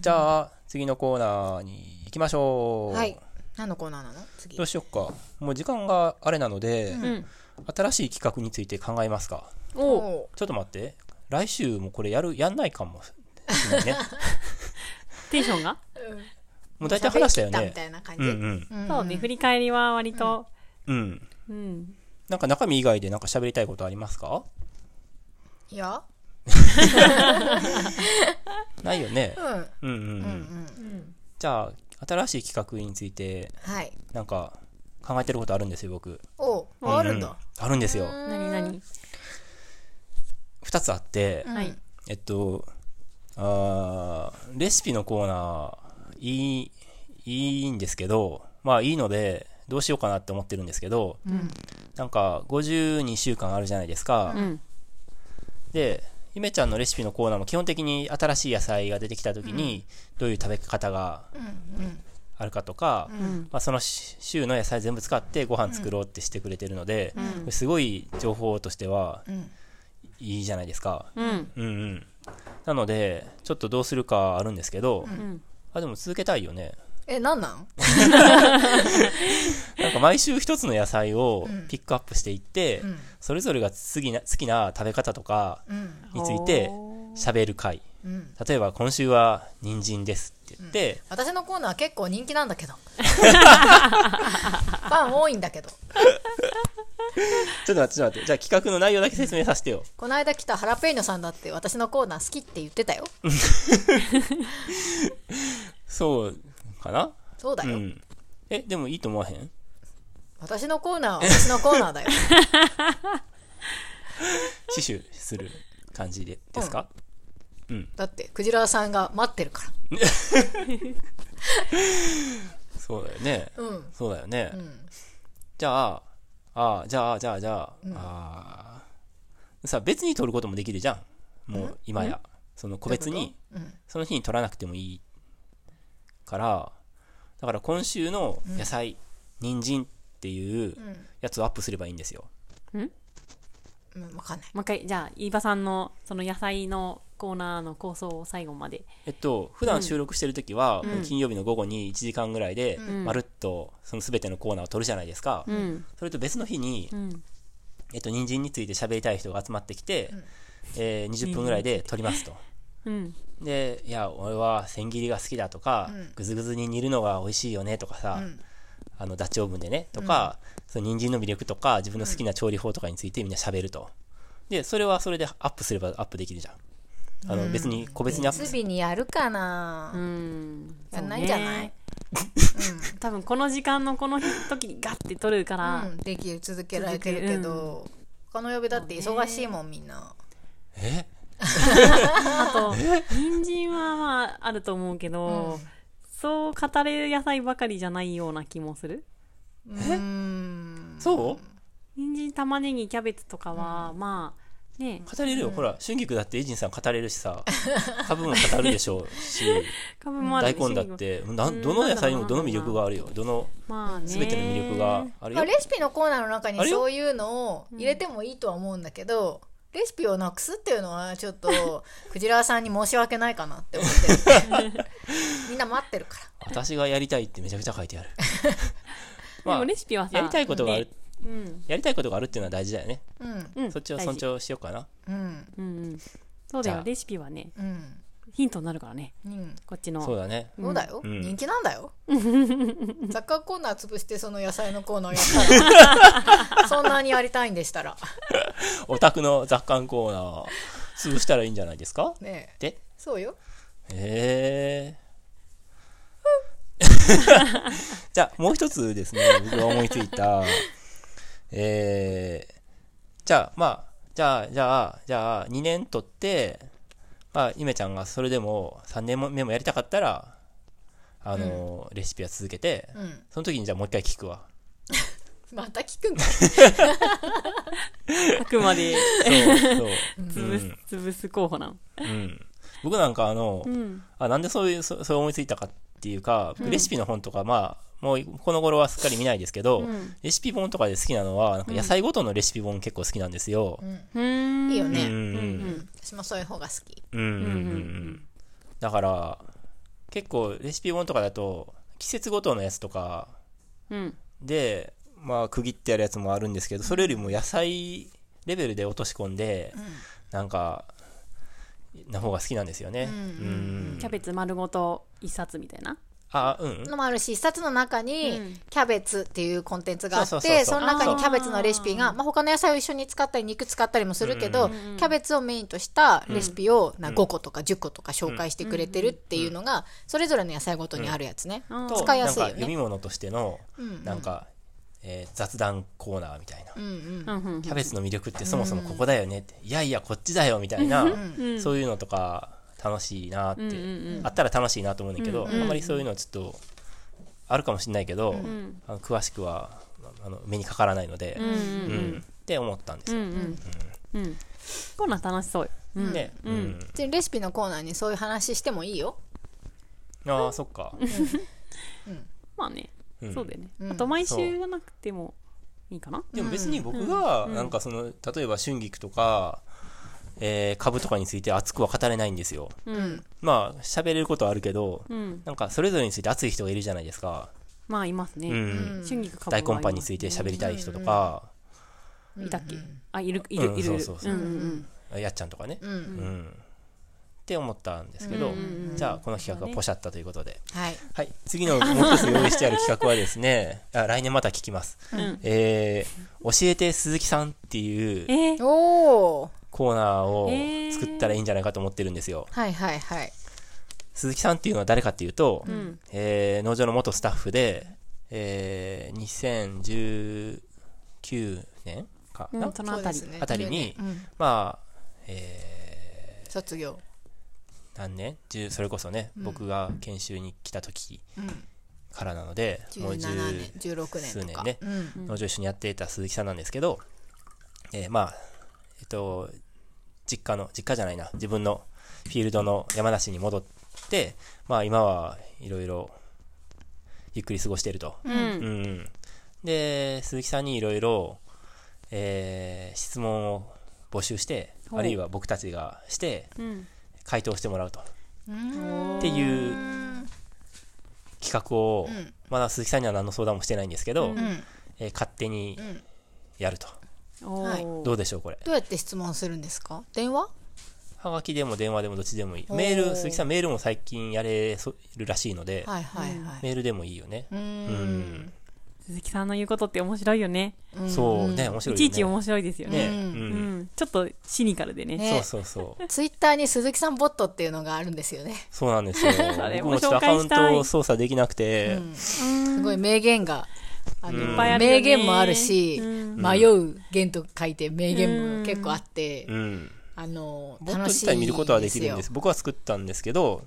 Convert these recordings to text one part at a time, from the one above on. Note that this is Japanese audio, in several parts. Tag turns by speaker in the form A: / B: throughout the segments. A: じゃあ、次のコーナーに行きましょう。
B: はい。何のコーナーなの次
A: どう。しよっか。もう時間があれなので、
C: うん。
A: 新しい企画について考えますか。
C: おう
B: おう
A: ちょっと待って。来週もこれやる、やんないかもしれ ないね。
C: テンションが、
A: もう大体話したよ
B: 喋り切
A: ね。
B: っみたいな感
A: う
B: じ。
A: んうん。
B: うん
C: そうね、振り返りは割と。
A: うん。
C: うん。
A: なんか中身以外でなんか喋りたいことありますか
B: いや、
A: ないよね
B: う。ん、うん、
A: うんうんう。
B: うんん。
A: じゃあ、新しい企画について、
B: はい。
A: なんか考えてることあるんですよ、僕。
B: おうあるんだ。
A: う。あるんですよ。
C: なになに
A: 二つあって、
B: ん
C: はい。
A: えっと、あーレシピのコーナー、いい、いいんですけど、まあいいので、どうしようかなって思ってるんですけど、
B: うん。
A: なんか52週間あるじゃないですか。
C: うん。
A: で、ゆめちゃんのレシピのコーナーも基本的に新しい野菜が出てきた時に、どういう食べ方があるかとか、まあ、そのし週の野菜全部使ってご飯作ろうってしてくれてるので、これすごい情報としては
B: ん
A: いいじゃないですか。
C: うん。
A: うんうん。なので、ちょっとどうするかあるんですけど、
C: ん
A: あ、でも続けたいよね。
B: え、なんなん
A: なんか毎週一つの野菜をピックアップしていって、
B: ん
A: それぞれが次な好きな食べ方とか
B: うん。
A: について
C: お
A: 喋る回。
B: うん。
A: 例えば今週は人参ですって言って、
B: 私のコーナー結構人気なんだけど。 ファン多いんだけど。
A: ちょっと待って、ちょっと待って。じゃあ企画の内容だけ説明させてよ。
B: この間来たハラペーニョさんだって私のコーナー好きって言ってたよ。
A: そうかな
B: そうだ
A: う
B: よ。
A: ん。え、でもいいと思わへん
B: 私のコーナーは私のコーナーだよ。
A: 死守する感じでですか、
B: だって、クジラさんが待ってるか
A: そうだよね。
B: ら。うん。
A: そうだよね。
B: ん
A: じゃあ、ああ、じゃあ、じゃあ、じゃあ、ああさ、別に撮ることもできるじゃん。もう今や。その個別に、その日に撮らなくてもいいから、だから今週の野菜、人参っていうやつをアップすればいいんですよ。
B: うん、わかんない。
C: もう一回、じゃあ、飯場さんの、その野菜のコーナーの構想を最後まで。
A: えっと、普段収録してる時は、金曜日の午後に1時間ぐらいで、まるっと、その全てのコーナーを撮るじゃないですか。
C: うん。
A: それと別の日に、
C: ん
A: えっと、人参について喋りたい人が集まってきて、えー20分ぐらいで撮りますと。
C: うん。
A: で、いや、俺は千切りが好きだとか、ぐずぐずに煮るのが美味しいよねとかさ、あの、ダッチオーブンでね、とか、その人参の魅力とか、自分の好きな調理法とかについてみんな喋ると。で、それはそれでアップすればアップできるじゃん。あの、別に、個別にアップ
B: 別日にやるかな、
C: うん。
B: やんないんじゃない
C: そうね多分この時間のこの時にガッて取るから、
B: うん、できる続けられてるけど、他の曜日だって忙しいもんみんな
A: え
C: あ と、人参はまあ、あると思うけど、そう語れる野菜ばかりじゃないような気もする。
B: うーん
A: そう
C: 人参、玉ねぎ、キャベツとかは、まあ、ね、
A: 語れるよ、ほら春菊だってエイジンさん語れるしさ株も語るでしょうし
C: 株もある
A: 大
C: し
A: 根だってな
C: うん
A: どの野菜にもどの魅力があるよどの
C: まあね。
A: 全ての魅力が。あるよ
B: まあ、レシピのコーナーの中に
A: あれよ
B: そういうのを入れてもいいとは思うんだけど、レシピをなくすっていうのはちょっと クジラさんに申し訳ないかなって思ってる みんな待ってるか
A: 私がやりたいってめちゃくちゃ書いてあるま
C: で
A: あ
C: もレシピはさ、
A: やりたいことがある
C: ねうん。
A: やりたいことがあるっていうのは大事だよね
B: らうん
C: うん。
A: そっちを
C: 大事
A: 尊。重しようかな
B: うん
C: うんうん。そうだ
A: じゃ
C: よ
A: あ、
C: レシピはね、
B: うん
C: ヒントになるからね、
B: うん
C: こっちの。
A: そうだね
B: そうだよ、
A: うん
B: 人気なん だよ雑貨コーナー潰してその野菜のコーナーやった らそんなにやりたいんでしたら
A: お宅の雑感コーナー潰したらいいんじゃないですか
B: ねえ
A: で
B: そうよ
A: へえ じゃあもう一つですね僕が思いついたえー、じゃあまあじゃあじゃあじゃあ2年取ってまあゆめちゃんがそれでも3年目もやりたかったらあの、レシピは続けて、
B: うん
A: その時にじゃあもう一回聞くわ
B: また聞くんか
C: あくまで
A: そうそう、
C: 潰す、潰す候補なの。
A: うん、僕なんかあの、
C: うん。
A: あなんでそういうそそう思いついたかっていうか、レシピの本とかまあもうこの頃はすっかり見ないですけど、
C: ん
A: レシピ本とかで好きなのはなんか野菜ごとのレシピ本結構好きなんですよ。
C: うん。
B: いいよ
A: うん
B: ね、
A: うん
C: うん。
B: 私もそういう方が好き
A: うんうんうんうんだから結構レシピ本とかだと季節ごとのやつとか
C: うん。
A: で、まあ、区切ってやるやつもあるんですけどそれよりも野菜レベルで落とし込んで、なんかな方が好きなんですよね。
B: うんう
A: うん
C: キャベツ丸ごと一冊みたいな。
A: あうんうん
B: のもあるし一冊の中
C: う
B: に
C: ん
B: キャベツっていうコンテンツがあ
A: そう
B: っ
A: そうそうそう
B: てその中に
C: あー
B: キャベツのレシピが、まあ、他の野菜を一緒に使ったり肉使ったりもするけど、
A: うん
C: うんうん
B: キャベツをメインとしたレシピをな
A: うん
B: 5個とか10個とか紹介してくれてるっていうのがそれぞれの野菜ごとにあるやつね、
C: うん
A: と
B: 使いやすいよ
A: なんか読
B: ね。
A: み物としての
B: うんうん
A: なんか、えー雑談コーナーみたいな、
B: うんうん
C: うんうん
A: キャベツの魅力ってそもそもここだよねって、いやいやこっちだよみたいな、
C: うん
A: そういうのとか楽しいなって、
C: うんうん
A: あったら楽しいなと思うんだけど、
C: うんうん
A: あんまりそういうのはちょっとあるかもしれないけど、
C: ん
A: あの詳しくはあの目にかからないので、
C: うんう
A: うん
C: ん
A: って思ったんです
C: うんう
A: よ。
C: んうん。コーナー楽しそうよ。うん
A: ね、うん
B: 別にレシピのコーナーにそういう話してもいいよ。
A: ああそっか、
C: まあね、
A: うん
C: そうだよね。
B: うん
C: あと毎週
A: そう
C: じゃなくてもいいかな。
A: でも別に僕がなんかその例えば春菊とか、えー株とかについて熱くは語れないんですよ。
C: うん。
A: まあ喋れることはあるけど、
C: うん。
A: なんかそれぞれについて熱い人がいるじゃないですか。
C: まあいますね。
A: うん
C: 春菊かぶ
A: 大根パンについて喋りたい人とか、
C: いたっけあ、いる、いる
A: う、ん
C: いる。いる
A: そうそうそう
C: うんうん
A: やっちゃんとかね、
B: うん
A: うんって思ったんですけど、
C: うんうんうん
A: じゃあこの企画はポシャったということで、
B: はい、
A: はい、次のもう一つ用意してある企画はですねあ来年また聞きます、
C: ん
A: えー教えて鈴木さんって
C: うん。
A: いう
C: えー
B: おお
A: コーナーを
C: えー
A: 作ったらいいんじゃないかと思ってるんですよ、
B: はいはいはい。
A: 鈴木さんっていうのは誰かっていうと、
C: ん
A: えー農場の元スタッフで、えー2019年かな、
C: うんそのあたり
B: そうです。ね
A: あたりに
B: うん
A: まあ、え
B: 卒業。
A: ー何年10それこそね、僕が研修に来た時
B: うん
A: からなので、もう
B: 17
A: 10
B: 年16年とか
A: 数年ね
B: うん
A: 農場一緒にやっていた鈴木さんなんですけど、えーまあえっと実家の実家じゃないな自分のフィールドの山梨に戻ってまあ今はいろいろゆっくり過ごしていると、
C: う
A: うん
C: ん。
A: で鈴木さんにいろいろえー質問を募集して
C: ほう
A: あるいは僕たちがして
C: うん。
A: 回答してもらうと
B: うん
A: っていう企画を、
B: ん
A: まだ鈴木さんには何の相談もしてないんですけど、
C: う
B: うん
A: えー勝手に
B: ん
A: やると、
C: お
B: はい
C: ー
A: どうでしょうこれ
B: どうやって質問するんですか電話
A: はがきでも電話でもどっちでもいい。
B: おー
A: メール、鈴木さんメールも最近やれそるらしいので、
B: はいはいはい
A: メールでもいいよね。
B: う。
A: うん
C: 鈴木さんの言うことって面白いよね。
B: うん
A: そうね、面白いよね。
C: いちいち面白いですよ
A: ね、
C: ね。
B: うん
A: う
C: うんん。ちょっとシニカルでね。
B: ね
A: そうそうそう。
B: ツイッターに鈴木さんボットっていうのがあるんですよね
A: そうなんですよ。
C: れ
A: 僕
C: も
A: もちょっと
C: 紹
A: アカ
C: 介
A: ウ
C: し
A: ン
C: たい
A: トを操作できなくて、
B: すごい名言があの
A: いっ
C: ぱいあるよね
B: 名言もあるし
C: うん
B: 迷う言と書いて名言も結構あって
A: うん。
B: あの
A: ボット自
B: 楽しいです
A: 体
B: よ
A: 見ることはできるんです。僕は作ったんですけど、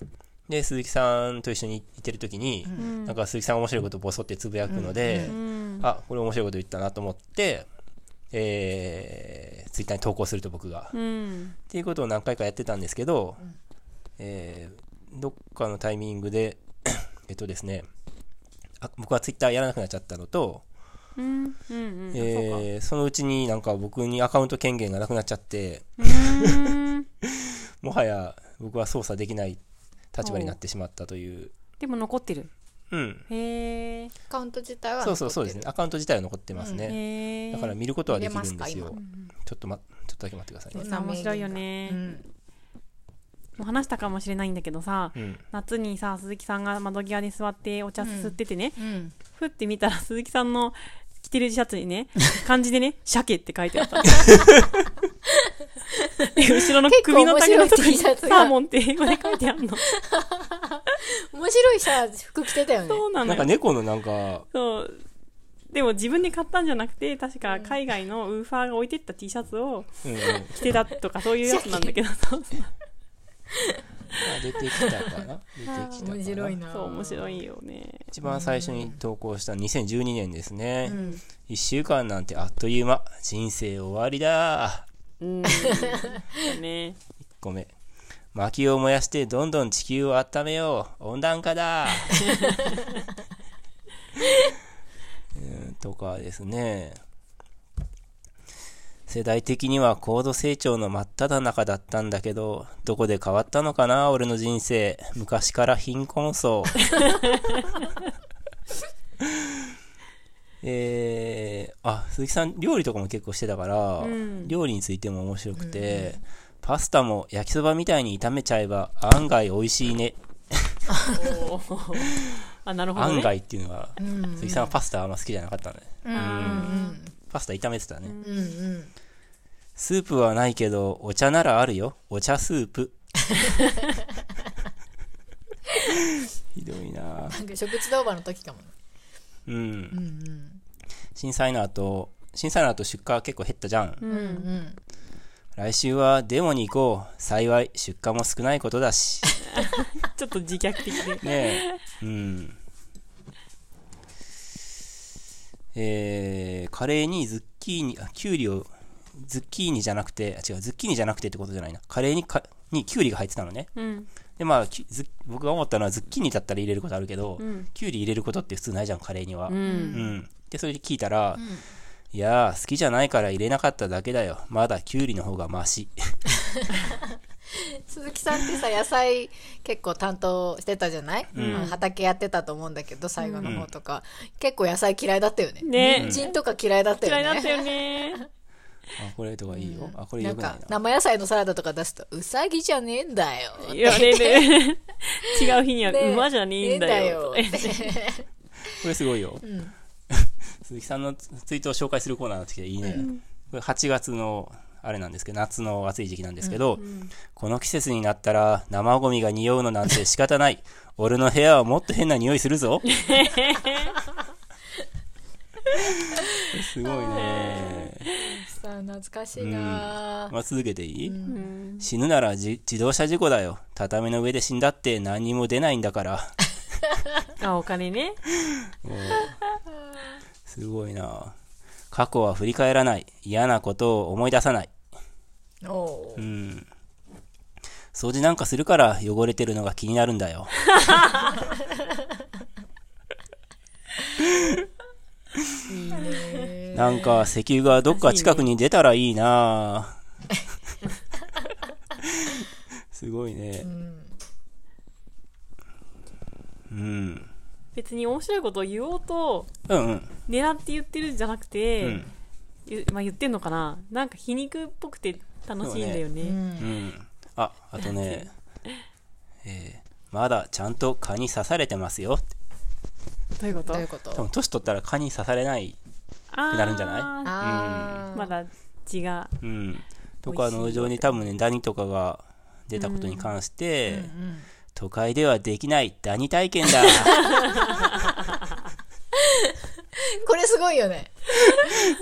A: で、鈴木さんと一緒にいてるときに、なんか鈴木さんが面白いことをボソってつぶやくので、
C: うん。
A: あ、これ面白いこと言ったなと思って、えー、ツイッターに投稿すると僕が。
C: うん。
A: っていうことを何回かやってたんですけど、えーどっかのタイミングで、 えっとですね、あ僕はツイッターやらなくなっちゃったのと、
C: うん。うん。そうか。
A: えーそのうちになんか僕にアカウント権限がなくなっちゃって、
C: うん。
A: もはや僕は操作できない立場になってしまったという、
C: でも残ってる。
A: うん、
C: へえ。
B: アカウント自体は
A: そうそうそうですね、
B: 残
A: アカウント自体は残ってますね。
C: へえ。
A: だから見ることはできるん
B: 見れ
A: で
B: ます
A: す
B: か
A: よ。ちょっとま、ちょっとだけ待ってくださいね。
B: ってる
C: 面白いよね
B: うん
C: もう話したかもしれないんだけどさ、
A: うん。
C: 夏にさ鈴木さんが窓際に座ってお茶すすっててね、
B: うん
C: ふって見たら鈴木さんの着てるシャツ にね漢字でね「鮭」って書いてあったで後ろの
B: 結構
C: 首の丈のとこに
B: 面白い T シ
C: サ
B: ャツが
C: ーモンって英語で書いてあるの
B: 面白いさ服着てたよね
C: そうな
A: な
C: の
A: んか
C: よ、
A: 猫のなんか、
C: そうでも自分で買ったんじゃなくて確か海外のウーファーが置いてった T シャツを
A: うんう ん、
C: 着てたとかそういうやつなんだけどそうそう
A: あ出てきたかな出てきたかな。
B: 面白いな
C: そう面白いよね
A: 一番最初に投稿した2012年ですね、
B: うん
A: 1週間なんてあっという間人生終わりだ
C: うんそうね
A: ごめん薪を燃やしてどんどん地球を温めよう温暖化だ うんとかですね世代的には高度成長の真っ只中だったんだけど、どこで変わったのかな、俺の人生。昔から貧困層。 えー、あ、鈴木さん、料理とかも結構してたから、
C: うん
A: 料理についても面白くて、パスタも焼きそばみたいに炒めちゃえば案外美味しいね。
C: おーあ、なるほど、ね。
A: 案外っていうのは、
B: うんうん
A: 鈴木さんはパスタあんま好きじゃなかったので、
B: うんうん
A: パスタ炒めてたね。
B: うんうん
A: スープはないけど、お茶ならあるよ。お茶スープ。ひどいなぁ
B: なんか食事動画の時かもね
A: うん。
B: うんうん
A: 震災の後、震災の後出荷は結構減ったじゃん。
C: う。
B: うんん
A: 来週はデモに行こう。幸い、出荷も少ないことだし。
C: ちょっと自虐的で。
A: ねえ。うん。えー、カレーにズッキーニ、あ、キュウリを、ズッキーニじゃなくて、あ、違う、ズッキーニじゃなくてってことじゃないな。カレーにか、にキュウリが入ってたのね。
C: うん。
A: で、まあ、きズッ僕が思ったのはズッキーニだったら入れることあるけど、
C: うん。
A: キュウリ入れることって普通ないじゃん、カレーには。
C: う。
A: うんん。で、それで聞いたら、
B: ん
A: いやー、好きじゃないから入れなかっただけだよ。まだキュウリの方がマシ。
B: 鈴木さんってさ野菜結構担当してたじゃない、まあ畑やってたと思うんだけど最後の方とか、結構野菜嫌いだったよね
C: ね
B: 人参とか嫌いだったよ
C: 嫌
B: ね
C: いだったよね。
A: あ、これとかいいよ。あ、これ
B: な
A: よ
B: ん
A: くない
B: か
A: な。
B: 生野菜のサラダとか出すとうさぎじゃねえんだよって
C: 言われる。 違う日には
B: ね
C: 馬じゃねえんだよ。
B: ねえんだよって
A: これすごいよ。鈴木さんのツイートを紹介するコーナーの時でいいね。これ8月の、あれなんですけど、夏の暑い時期なんですけど、この季節になったら生ゴミが匂うのなんて仕方ない。 俺の部屋はもっと変な匂いするぞ。 すごいね。
B: さあ懐かしいな、
A: まあ、続けていい、
C: うん
A: 死ぬならじ自動車事故だよ。畳の上で死んだって何にも出ないんだから。
C: あ、お金ね。
A: もうすごいな。過去は振り返らない。嫌なことを思い出さない。
B: お
A: う
B: う
A: ん。掃除なんかするから汚れてるのが気になるんだよ。
C: いいね。
A: なんか石油がどっか近くに出たらいいなすごいね。うん。
C: 別に面白いことを言おうと、
A: うんうん。
C: 狙って言ってるんじゃなくて、
A: うん
C: ゆまあ言ってんのかななんか皮肉っぽくて楽しいんだよね。
A: うん。あ、あとね、えーまだちゃんと蚊に刺されてますよ。
C: どういうこと
B: どういうこと
A: 多分年取ったら蚊に刺されない。
C: あー
A: なるんじゃな
B: あー
C: まだ血が。
A: うん。とか農場に多分ね、ダニとかが出たことに関して、都会ではできないダニ体験だ。
B: これすごい よね、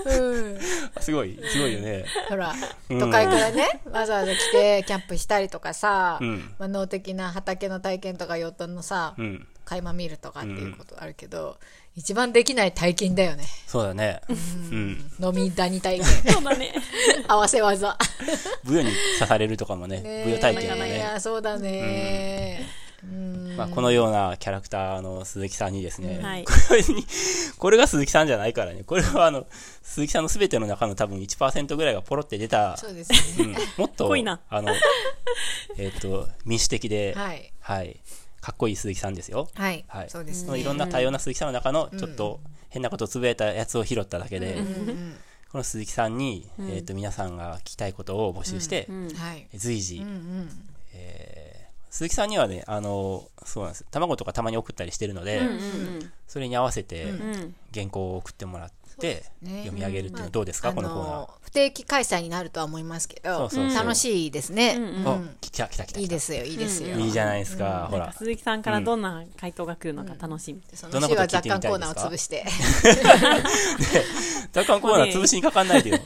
B: うん、
A: すごい、すごいよね。
B: ほら
A: うん
B: 都会からね、わざわざ来てキャンプしたりとかさ、
A: うん
B: まあ、農的な畑の体験とか養豚のさ、
A: うん。
B: 垣間見るとかっていうことあるけど、一番できない体験だよね
A: そうだね。うん。
B: 飲みダ ニ体験
C: そうだね。
B: 合わせ技
A: ブヨに刺されるとかもね、
B: ねえ
A: ブヨ体験も
B: い
A: ね。
B: やそうだねうん
A: まあ、このようなキャラクターの鈴木さんにですね、
C: はい
A: これに、これが鈴木さんじゃないからね、これはあの、鈴木さんのすべての中の多分1%ぐらいがポロって出た、
B: そうですね
A: うん、もっと、
C: 濃いな
A: あの、えっ、と、民主的で、はい、
B: はい
A: かっこいい鈴木さんですよ。
B: はい、
A: はい。
B: そうです
A: その
B: ね
A: いろんな多様な鈴木さんの中の、ちょっと変なことをつぶやいたやつを拾っただけで、この鈴木さんに、えっ、と、皆さんが聞きたいことを募集して、
B: はい
A: 随時、
B: うんうん
A: えー鈴木さんにはね、あの、そうなんです。卵とかたまに送ったりしてるので、
C: うんうん
A: それに合わせて
C: うん。うん。
A: 原稿を送ってもらって、
B: ね
A: 読み上げるっていうのはどうですか、
B: あ
A: このコーナー
B: の不定期開催になるとは思いますけど
A: そうそうそう
B: 楽しいですね、
C: うん
A: あ
B: う、ん
A: 来た来た来た
B: い
A: 来
B: い
A: た。
B: ですよいいですよ、
A: いいじゃないですか、ほら。
C: 鈴木さんからどんな回答が来るのか楽しみ。
B: そ
A: どん
B: の
A: な
B: 週
A: こと聞
B: は
A: い
B: 雑
A: てみたい
B: 感
A: ですか
B: コーナーを潰して
A: 雑感コーナー潰しにかかんないで よ。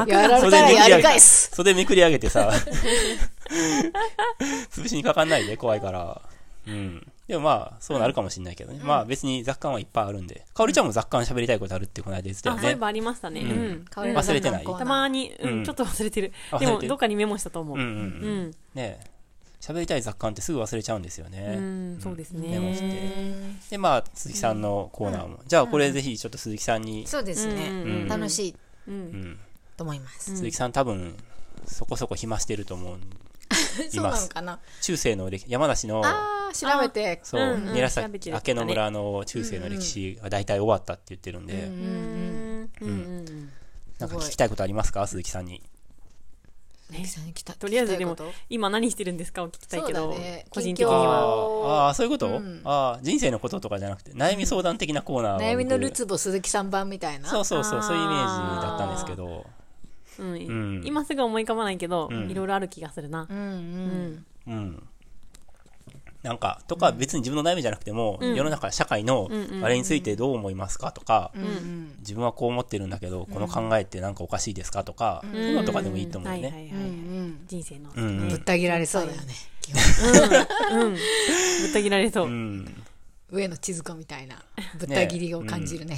C: 枠
B: や
C: が
B: られたらやり返す
A: 袖めくり上げてさ、 潰しにかかんないで、怖いから。うん。でもまあ、そうなるかもしれないけどね。まあ別に雑感はいっぱいあるんで。かおりちゃんも雑感喋りたいことあるってこの間言ってたよ
C: あ、そういえ
A: ね。
C: ばありましたね。うん。
B: 香り
A: の忘れてない
B: 雑感コーナー
C: たまに、う
A: うん
C: ん、ちょっと忘れてる。
A: あ
C: で
A: 忘れ
C: も、
A: てる
C: どっかにメモしたと思う。
A: うんう
C: う
A: う
C: ん
A: ん。
C: ん。
A: ねえ喋りたい雑感ってすぐ忘れちゃうんですよ
C: う
A: ね。
C: ん、そうです
A: メモして
C: ね。。
A: で、まあ、鈴木さんのコーナーも。じゃあ、これぜひちょっと鈴木さんに、
B: そうですね、
C: うん
B: 楽しい
C: うん。
A: うん
B: と思います。
A: 鈴木さん多分そこそこ暇してると思う
B: そうなのかな。
A: 中世の歴山梨の
B: ああ、調べて。
A: そう、
C: うんうん
A: 韮
C: 調べて
A: 崎
C: る
A: 明野村の中世の歴史は大体終わったって言ってるんで、
B: う
C: うんんうんうん
A: なんか
B: すごい
A: 聞きたいことありますか鈴木さんに
B: 鈴木さんに来た。
C: とりあえずで
B: 聞
C: も
B: きたいこと
C: 今何してるんですかを聞きたいけ
B: そう
C: ど、
B: だね
C: 個人
A: あ
C: 的
B: 近
C: に
B: 況
C: は
A: ーあーそういうこと、
B: うん
A: ああ人生のこととかじゃなくて悩み相談的なコーナーは僕
B: 悩みのるつぼ鈴木さん版みたいな。
A: そうそうそう
C: あー
A: そういうイメージだったんですけど
C: うん
A: ん
C: 今すぐ思い浮かばないけど、
A: うん
C: いろいろある気がするな
B: う。んうん。
A: うんなんかとか別に自分の悩みじゃなくても、
C: うん
A: 世の中社会の
C: うんうん
A: あれについてどう思いますかとか、
B: うんうん。
A: 自分はこう思ってるんだけど、この考えってなんかおかしいですかとか、そういうのとかでもいいと思うよね、
C: はいはい
B: うんう
C: はい。
B: ん。
C: 人生の、
A: うんうん
B: ぶった切られそうだよね。基本
C: うん。ぶった切られそう。う。
A: うんん、
B: 上野千鶴子みたいなぶった切りを感じるね。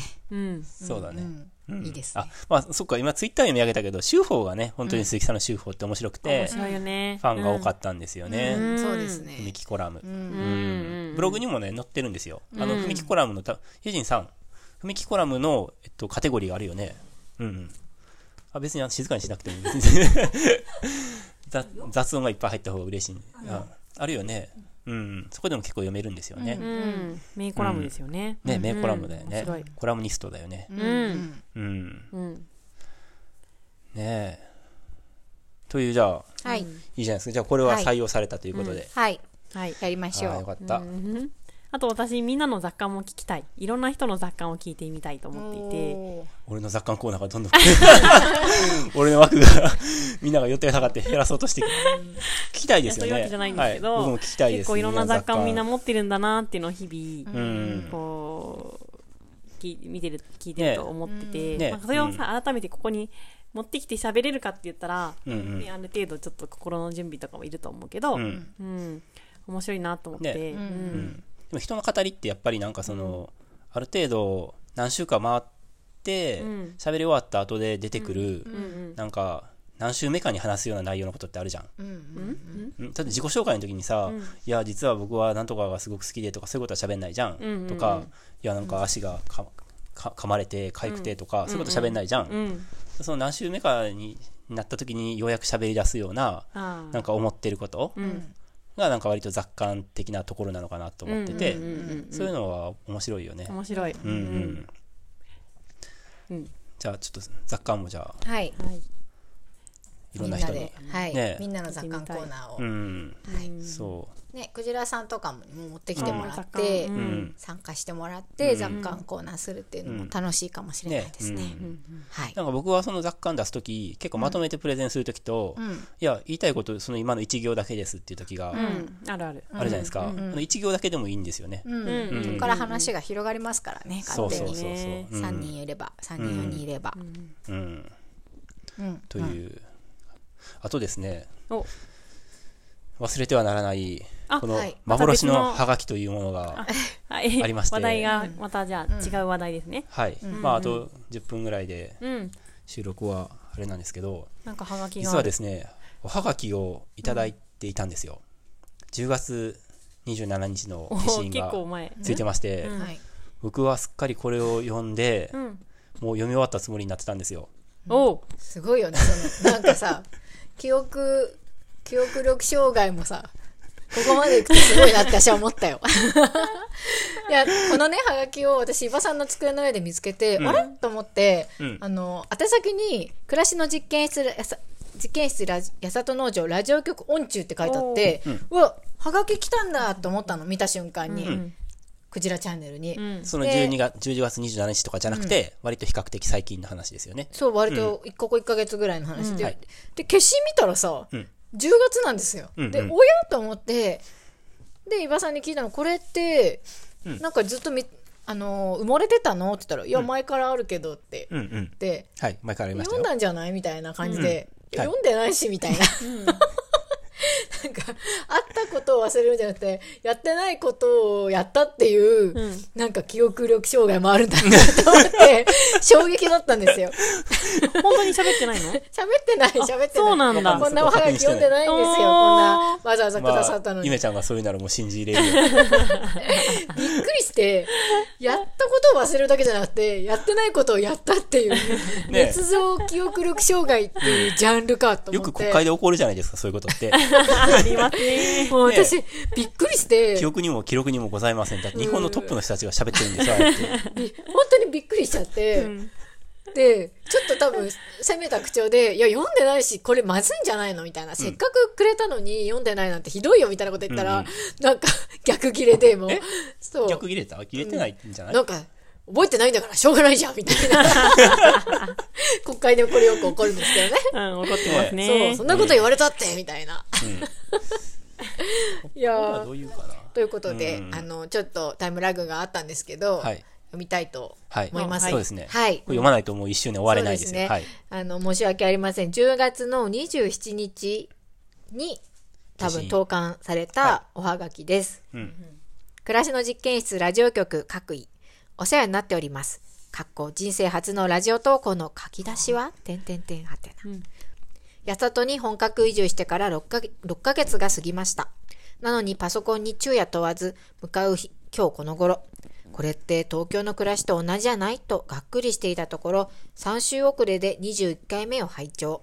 A: そうだね、
B: うんいいです
A: あ
B: ね。
A: まあそっか今ツイッターで見上げたけど修法がね本当に鈴木さんの修法って面白くて、
C: 面白いよね。
A: ファンが多か
C: っ
A: ったんですよ
B: う
A: ね、
B: んそうです
A: ふみ
B: ね。
A: きコラム、
C: た。うん。うん
A: ブログにもね載ってるんですよあのふみきコラムのたゆじんさんふみきコラムの、えっと、カテゴリーがあるよねうんうんあ別にあの静かにしなくてもいい 雑雑音がいっぱい入った方が嬉しい、ああるよねうんそこでも結構読めるんですよね、
C: うん。メインコラムですよね。
A: ね
C: うん
A: 名コラムだよね
C: 面白い。
A: コラムニストだよね
C: うん。
A: うん
C: うん。
A: ねえというじゃあ
B: はい。
A: いいじゃないですかじゃあこれは
B: はい
A: 採用されたということで、
B: はい。
C: はい。
B: やりましょ
A: ああよ
B: う。
A: かった、
C: うんあと私、みんなの雑感も聞きたい。いろんな人の雑感を聞いてみたいと思っていて。
B: おー
A: 俺の雑感コーナーがどんど ん俺の枠がみんなが予定下がって減らそうとして聞きたいですよ
C: いやそういうわ
A: ね
C: けじゃないんですけ
A: は
C: ど
A: い、僕も聞きたいです
C: 結構いろんな雑感をみんな
A: も
C: 持ってるんだなっていうのを日々、
A: うん
C: こうき見てる聞いてると思ってて、
A: ね
C: なんかそれをさ、改めてここに持ってきて喋れるかって言ったら、
A: うんうん
C: ねある程度ちょっと心の準備とかもいると思うけど、
A: う
C: うんん面白いなと思って、
A: ね
C: う
A: うんん、でも人の語りってやっぱりなんかその、ある程度何週間回って
C: うん
A: 喋、り終わった後で出てくる、
C: うんうん
A: なんか何週目かに話すような内容のことってあるじゃん
B: うんうん
A: うんだって自己紹介の時にさ、いや実は僕はなんとかがすごく好きでとかそういうことは喋んないじゃん,、
C: んうんうん
A: とかいやなんか足がかか噛まれてかゆくてとか、そういうこと喋んないじゃん、
C: うん
A: その何週目かになった時にようやく喋り出すような
C: あー
A: なんか思ってること
C: うん
A: がなんか割と雑感的なところなのかなと思ってて、
C: うんうんうんうん
A: そういうのは面白いよね、
C: 面白い、
A: うんうん
C: うん
A: じゃあちょっと雑感もじゃあ
B: うんはい。
C: はい
A: いろん
B: みん
A: な
B: な
A: 人に
B: で、はい
A: ね。
B: みんなの雑感コーナーを
A: う。ん
B: はい。
A: そ
B: ね、クジラさんとかも持ってきてもらって
A: う、
C: う
A: うんん
B: 参加してもらって、雑感コーナーするっていうのも楽しいかもしれないですね。
A: うん
B: はい
A: な。んか僕はその雑感出す時結構まとめてプレゼンする時と、
B: うん
A: いや言いたいことその今の一行だけですっていう時があ
C: う
A: る
C: んあるある
A: じゃないですか、あの一行だけでもいいんですよね、
B: うん
C: うん
B: そこから話が広がりますからね、
A: そ
B: 勝
A: う
B: 手
A: そう
B: に
A: そう。そう、
C: ね
A: うん
B: 3人いれば、3人4人いれば。
A: うん、
B: うん
A: という、あとですね
C: お
A: 忘れてはならない
C: あ
A: この
B: はい
A: 幻
C: また
A: の
C: 別の
A: ハガキというものが、
C: あ
A: ありまして
C: 話題がまたじゃあ違う話題ですね
A: はいまああと10分ぐらいで
C: うん
A: 収録はあれなんですけど
C: なんかハガキが
A: 実はですねおハガキをいただいていたんですよ、10月27日の
C: お
A: 消
C: ー
A: 印
C: 結
A: が
C: 構前
A: ついてまして、
B: はい。
A: 僕はすっかりこれを読んで、
C: うん
A: もう読み終わったつもりになってたんですよ
C: おう
B: すごいよね、その、なんかさ、記憶、記憶力障害もさ、ここまで行くとすごいなって私は思ったよ。いや、このね、ハガキを私、伊庭さんの机の上で見つけて、あれと思って、
A: うん
B: あの、宛先に、暮らしの実験室、やさ実験室ラジ、八里農場、ラジオ局音中って書いてあって、うわ、ハガキ来たんだと思ったの、見た瞬間に、クジラチャンネルに。
C: うん
A: その
B: で
A: 12月12月27日とかじゃなくて、割と比較的最近の話ですよね
B: そう、割と、ここ1ヶ月ぐらいの話で。
A: はい
B: で、消し見たらさ、
A: うん
B: 10月なんですよ。
A: うんうん
B: で、おやと思って、で、伊庭さんに聞いたの、これって、なんかずっとみ、あのー埋もれてたのって言ったら、いや、前からあるけどって。
A: うんうん
B: で、
A: はい前から読みました
B: 読
A: よ
B: んだんじゃないみたいな感じで、
A: うんはい
B: 読んでないし、みたいな。 なんか、あったことを忘れるんじゃなくて、やってないことをやったっていう、
C: うん
B: なんか記憶力障害もあるんだなと思 って、衝撃だったんですよ。
C: 本当に喋ってないの
B: 喋ってない、喋ってない。
C: そうなんだ
B: こんなおはがき読んでないんですよ。
C: おー
B: こんな、わざわざく
A: ま
B: ださった
A: あ
B: の、に。
A: ゆめちゃんがそういうならもう信 じ入れるよ。
B: びっくりして、やったことを忘れるだけじゃなくて、やってないことをやったって いう、
A: ね
B: 捏造記憶力障害っていうジャンルかと
A: よ
B: 思
A: く
B: って。
A: 国会で起こるじゃないですか、そういうこと って。
C: ありますね。
B: もう私、びっくりして、
A: 記
B: 本
A: 憶にも記録にもございません。だって日本のトップの人たちが喋ってるんですよ、ああやって。
B: 当にびっくりしちゃって、
C: うん
B: で、ちょっと多分、攻めた口調で、いや、読んでないし、これまずいんじゃないのみたいな、せっかくくれたのに読んでないなんてひどいよ、みたいなこと言ったら、
A: うんうん
B: なんか、逆切れでもう
A: え、
B: そう。
A: 逆切れた切れてないんじゃない
B: なんか、覚えてないんだからしょうがないじゃんみたい な。国会でこれよく怒るんですけどね。
C: うん、怒ってます
B: そう、
C: ね
B: そ。んなこと言われたって、みたいな。いや
A: これはど
B: ー
A: ういうかな。
B: ということで、
A: うん
B: あの、ちょっとタイムラグがあったんですけど、
A: はい
B: 読みたいと
A: はい。
B: 思います。
A: そうですね。
B: はい。
A: これ読まないともう一周年終われないです
B: そう
A: よ。
B: ね
A: はい。
B: あの、申し訳ありません。10月の27日に、多分投函されたおはがきです。
A: うん。
B: 暮らしの実験室ラジオ局各位お世話になっております。かっこ人生初のラジオ投稿の書き出しは点点点はてな。八里に本格移住してから6か6ヶ月が過ぎました。なのにパソコンに昼夜問わず向かう日今日この頃。これって東京の暮らしと同じじゃないとがっくりしていたところ3週遅れで21回目を拝聴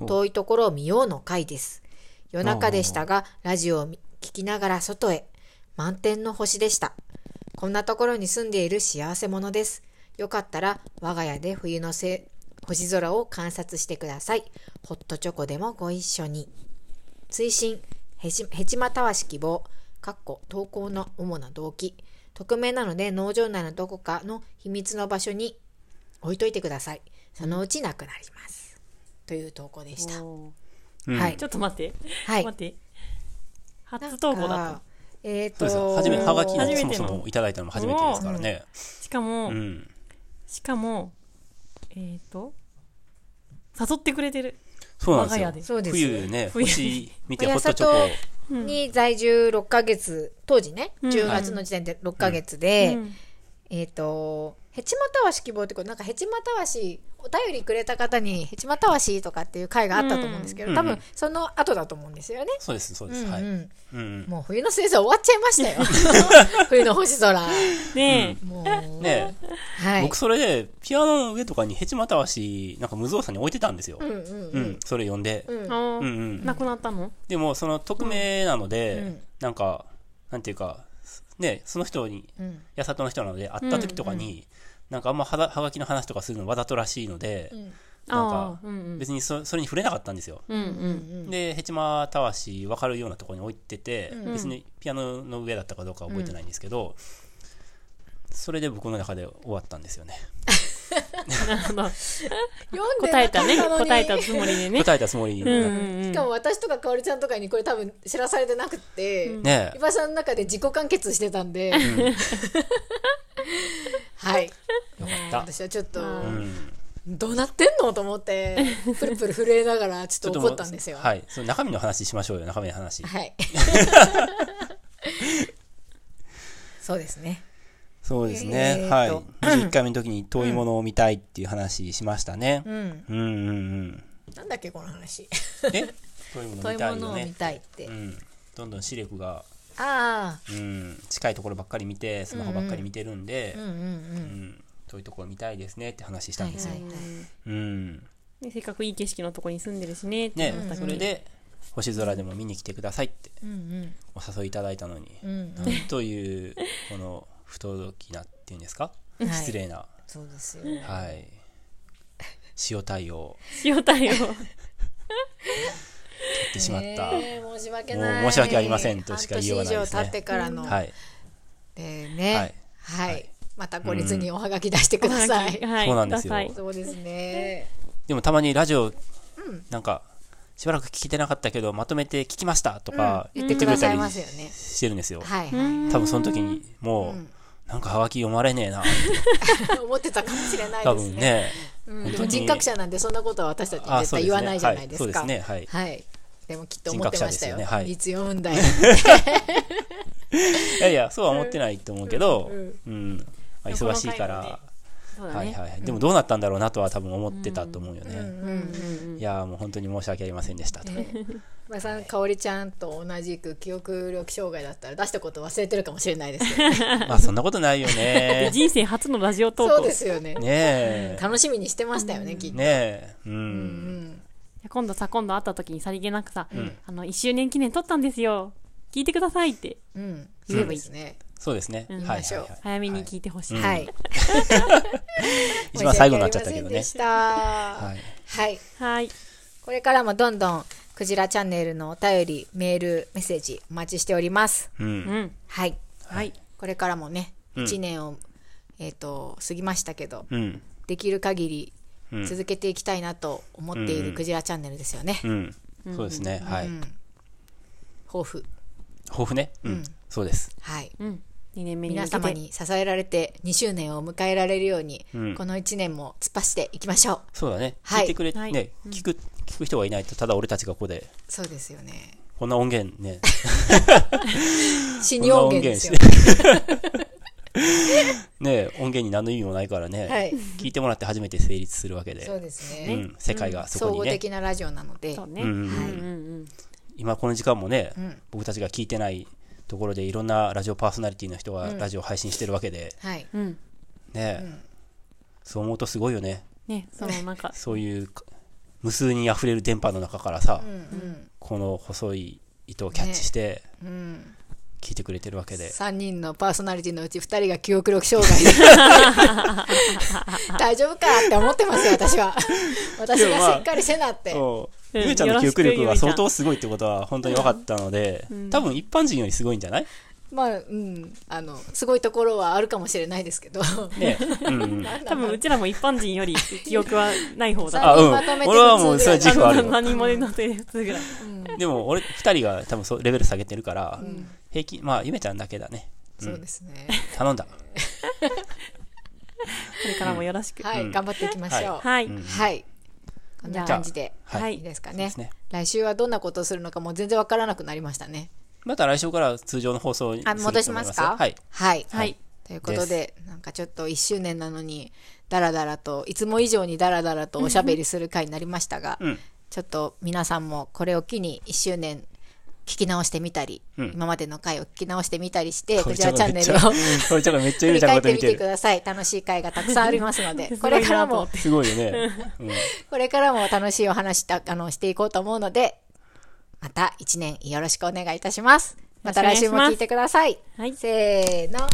A: お
B: 遠いところを見ようの回です夜中でしたがラジオを聞きながら外へ満天の星でしたこんなところに住んでいる幸せ者ですよかったら我が家で冬のせ星空を観察してくださいホットチョコでもご一緒に追伸ヘチヘチマたわし希望かっこ投稿の主な動機匿名なので農場内のどこかの秘密の場所に置いといてくださいそのうちなくなります、という投稿でした、
C: お
A: うん
B: はい
C: ーちょっと待って。
B: はい
C: 待って。
B: なんか
C: 初投稿だっ
B: えっ、
A: そうです
B: と
A: よ。初め、はがき
C: 初め
A: を
C: て
A: そ
C: の
A: もそもいただいたのも初めてですからね。
C: た。しかも、
A: うん。
C: しかも、えっ、と、誘ってくれてる。
A: そうなんです
C: 我
A: よ
C: が家。で
B: そうです
A: 冬ね、
C: 冬
A: 星見て
B: 親
A: ホットチョ
B: 里
A: コ。
B: に在住6ヶ月当時ね、
C: ん
B: 10月の時点で6ヶ月で、
C: うん
B: えっ、とヘチマたわし希望ってことなんかヘチマたわしお便りくれた方にヘチマたわしとかっていう回があったと思うんですけど、
A: うん
B: 多
A: う
B: 分
A: ん
B: その後だと思うんですよね、
A: そうです、そう
B: う
A: で
B: んう
A: す。
B: ん
A: はい。うんうん。
B: もう冬の星座終わっちゃいました よ冬の星空
C: ね
B: もう
A: ね
B: はい
A: 僕それで、ピアノの上とかにヘチマたわし、なんか無造作に置いてたんですよ
B: う。んうん
A: うん。それ読んで
B: う。
C: え、
B: ん
C: あー
A: うんうん。
C: なくなったの
A: でも、その匿名なの
B: う
A: で
B: ん、
A: なんか、なんていうか、ね、その人に、
B: うん
A: 八里の人なので、会った時とかに、なんかあんまはだはがきの話とかするのわざとらしいので
B: う、ん
A: なん
C: あ
A: か
C: あー、うんうん。
A: 別にそそれに触れなかったんですよ。
C: うんうん。
A: で、ヘチマたわし分かるようなところに置いてて、
B: うん
A: 別にピアノの上だったかどうかは覚えてないんですけど、それで僕の中で終わったんですよね。
C: なるほ
B: 読
C: ど。
B: んで
C: 答え
B: な
C: た
B: かっ
C: ね。
B: たのに
C: 答えたつもりでね。
A: 答えたつもりに、
C: うんうんうん
B: しかも私とかかおりちゃんとかにこれ多分知らされてなくって、
A: ね
B: 伊庭さんの中で自己完結してたんで、
A: ん
B: はい
A: え、よかった。
B: 私はちょっと、
C: う
A: うん
B: どうなってんのと思ってプルプル震えながらちょっと怒ったんですよ
A: ちょっともうはい。その中身の話しましょうよ、中身の話。
B: はいそうですね
A: そうですね。
B: えー
A: はい。
B: と
A: 21回目の時に遠いものを見たいっていう話しましたね。
B: うん
A: うん、うん、うん。
B: なんだっけこの話
A: え遠いもの
B: 遠い
A: 見た
B: も
A: い
B: の
A: よ
B: を見
A: ね。
B: たいって、
A: うん。どんどん視力が、
B: ああ
A: うん、近いところばっかり見て、スマホばっかり見てるんで、
B: うんうんうん
A: うん、遠いところ見たいですねって話したんですよ。
B: はいはい
A: うん。
C: でせっかくいい景色のとこに住んでるしねって
A: ね、
C: 思ったけ
A: そ
C: ど
A: れで、星空でも見に来てくださいって
B: うん
A: お誘いいただいたのに、
B: うんうん
A: なんという、この、不届きなっていうんですか、
B: はい
A: 失礼な、
B: そうですよ
A: はい。塩対応
C: 塩対 応
A: してしまった。
B: ねえ申し訳ない
A: もう申し訳ありませんとしか言いようがない
B: 半
A: です
B: 年以
A: ね
B: 上経ってからの、
A: はい。
B: でね、
A: は
B: はいい、
A: はい
B: また懲りずにおはがき出してください。
C: はい
A: そうなんですよ
C: ください
B: そうですね。
A: でもたまにラジオ、なんか、しばらく聞けてなかったけど、まとめて聞きましたとか
B: 言
A: 言っ
B: っ
A: ててくれ
B: くださ
A: た
B: い
A: り
B: ますよね。
A: してるんですよ。
B: はい、
A: 多分その時に、もう、なんかハガキ読まれねえな、
B: はい、思ってたかもしれない
A: 多
B: です
A: 分
B: ね。
A: ね。
B: うん
A: 本
B: で
A: 当
B: も
A: に
B: 人格者なんでそんなことは私たち
A: あ
B: 絶対言わないじゃないですか。
A: そうですね。はい。そうですね
B: はい。でもきっと思ってました
A: 人格者
B: よ。
A: ですよねはい
B: いつ読むんだよ。
A: いやいや、そうは思ってないと思うけど、うん。まあ忙しいか
C: この
A: ら、
C: そうだ
A: はい
C: ね。
A: はいはい。でもどうなったんだろうなとは多分思ってたと思うよね。
C: うんうん
A: いやーもう本当に申し訳ありませんでしたと。
B: まあさん、かおりちゃんと同じく記憶力障害だったら出したこと忘れてるかもしれないですけど。
A: まあそんなことないよ
C: うん。
A: ね。
C: 人生初のラジ オ投稿。
B: そうですよね。
A: ね
B: 楽しみにしてましたよね、きっ
A: え。
B: と。
A: ねえ。う。
B: うんん。
C: いや今度さ、今度会った時にさりげなくさ、あの、1周年記念撮ったんですよ。聞いてくださいって
B: うん。
C: 言え
B: そう
C: ばい
B: で
C: い。
B: すね。
A: そうですね。は
C: う
A: い
C: ん
A: はい
B: 行きましょう
A: はい。
C: 早めに聞いてほしい。
B: はい。
A: 一番最後になっちゃったけどね
B: 申し訳あ
A: は
B: りませんで
A: い
B: した。はい。
C: はい。
B: これからもどんどん、クジラチャンネルのお便り、メール、メッセージ、お待ちしております。
A: う。
C: うんん。
B: はい。
C: はい。
B: これからもね、
A: うん
B: 1年を、えっ、と、過ぎましたけど、
A: うん。
B: できる限り
A: うん
B: 続けていきたいなと思っているクジラチャンネルですよね。
A: うん。そうですね。はい。
B: 抱負。
A: 抱負ね。うん。そうです。
B: はい。
C: うん。2年目に向
B: 皆
C: けて。
B: 様に支えられて2周年を迎えられるように、
A: うん
B: この1年も突っ走っていきましょう。
A: そうだね。
B: はい
A: 聞いてくれ、
C: はい
A: ね、聞く、聞く人がいないと、ただ俺たちがここで、
B: そうですよね。
A: こんな音源ね。
B: 新音源ですよ
A: こん
B: ね。
A: な音源して ねえ音源に何の意味もないからね、
B: はい
A: 聞いてもらって初めて成立するわけで
B: そうです
A: う
B: ね。
A: ん、世界がそ
B: 総
A: こに
B: 合
A: ね、
B: 的なラジオなので
C: そ、うね。
A: う
C: うんん
A: うんうん
C: うん
A: 今この時間もね、
B: ん
A: 僕たちが聞いてないところでいろんなラジオパーソナリティの人がラジオ配信してるわけで、
B: はい。
C: うん。うん。
A: ねえ、そう思うとすごいよね
C: ね、そのなんか、
A: そういうか無数に溢れる電波の中からさ、
B: うん
A: この細い糸をキャッチして
B: うん。うん。
A: 聞いてくれてるわけで、
B: 3人のパーソナリティのうち2人が記憶力障害で。 大丈夫かって思ってますよ、私は。私
A: でも
B: が
A: まあ
B: しっかりせなって。
A: そう
C: うん
A: ゆうちゃんの記憶力
C: よろ
A: が
C: しくゆ
A: 相
C: うちゃん
A: 当すごいってことは本当に分かったので、多分一般人よりすごいんじゃない
B: まあ、うん。あの、すごいところはあるかもしれないですけど。
A: ね、うんうん、
C: 多分うちらも一般人より記憶はない方だ。
A: あうん
B: まとめて普通ぐらい
A: 俺はもうそれは自負あるわ
C: 何もの手つぐらい。
A: でも俺2人が多分そうレベル下げてるから、平均まあゆめちゃんだけだね
B: そうですね。
A: 頼んだ
C: これからもよろしく。
B: は
A: う
B: い、
A: ん
B: 頑張っていきましょう。
C: はい。
A: うん
B: はい。こんな感じで。
A: はい、
C: はい
B: いいですか
A: で
B: ね
A: す。ね
B: 来週はどんなことをするのかもう全然わからなくなりましたね。
A: また来週から通常の放送にす
B: あ、
A: ると思い
B: 戻しますか
A: はい。
B: はい。
C: はい。
B: ということで、なんかちょっと1周年なのに、だらだらと、いつも以上にだらだらとおしゃべりする回になりましたが、
A: うん
B: ちょっと皆さんもこれを機に1周年聞き直してみたり、
A: うん
B: 今までの回を聞き直してみたりして、
A: こ
B: こ
A: い
B: ち
A: ちゃ
B: ら
A: ん
B: チ
A: が
B: ャ
A: めっ
B: ンネ
A: ち
B: ル
A: ゃ
B: を
A: うんこいちゃんがめっちゃゆめ
B: 振り
A: ちゃん
B: 返
A: のこと
B: って
A: 見
B: み
A: て
B: て
A: る
B: ください。楽しい回がたくさんあります ので、
C: す
B: こ
C: ごいなと
B: れからも、
A: すごいよね、うん
B: これからも楽しいお話した、あの、していこうと思うので、また一年よろしくお願いいたします。また来週も聞いてください。
C: はい
B: せーの。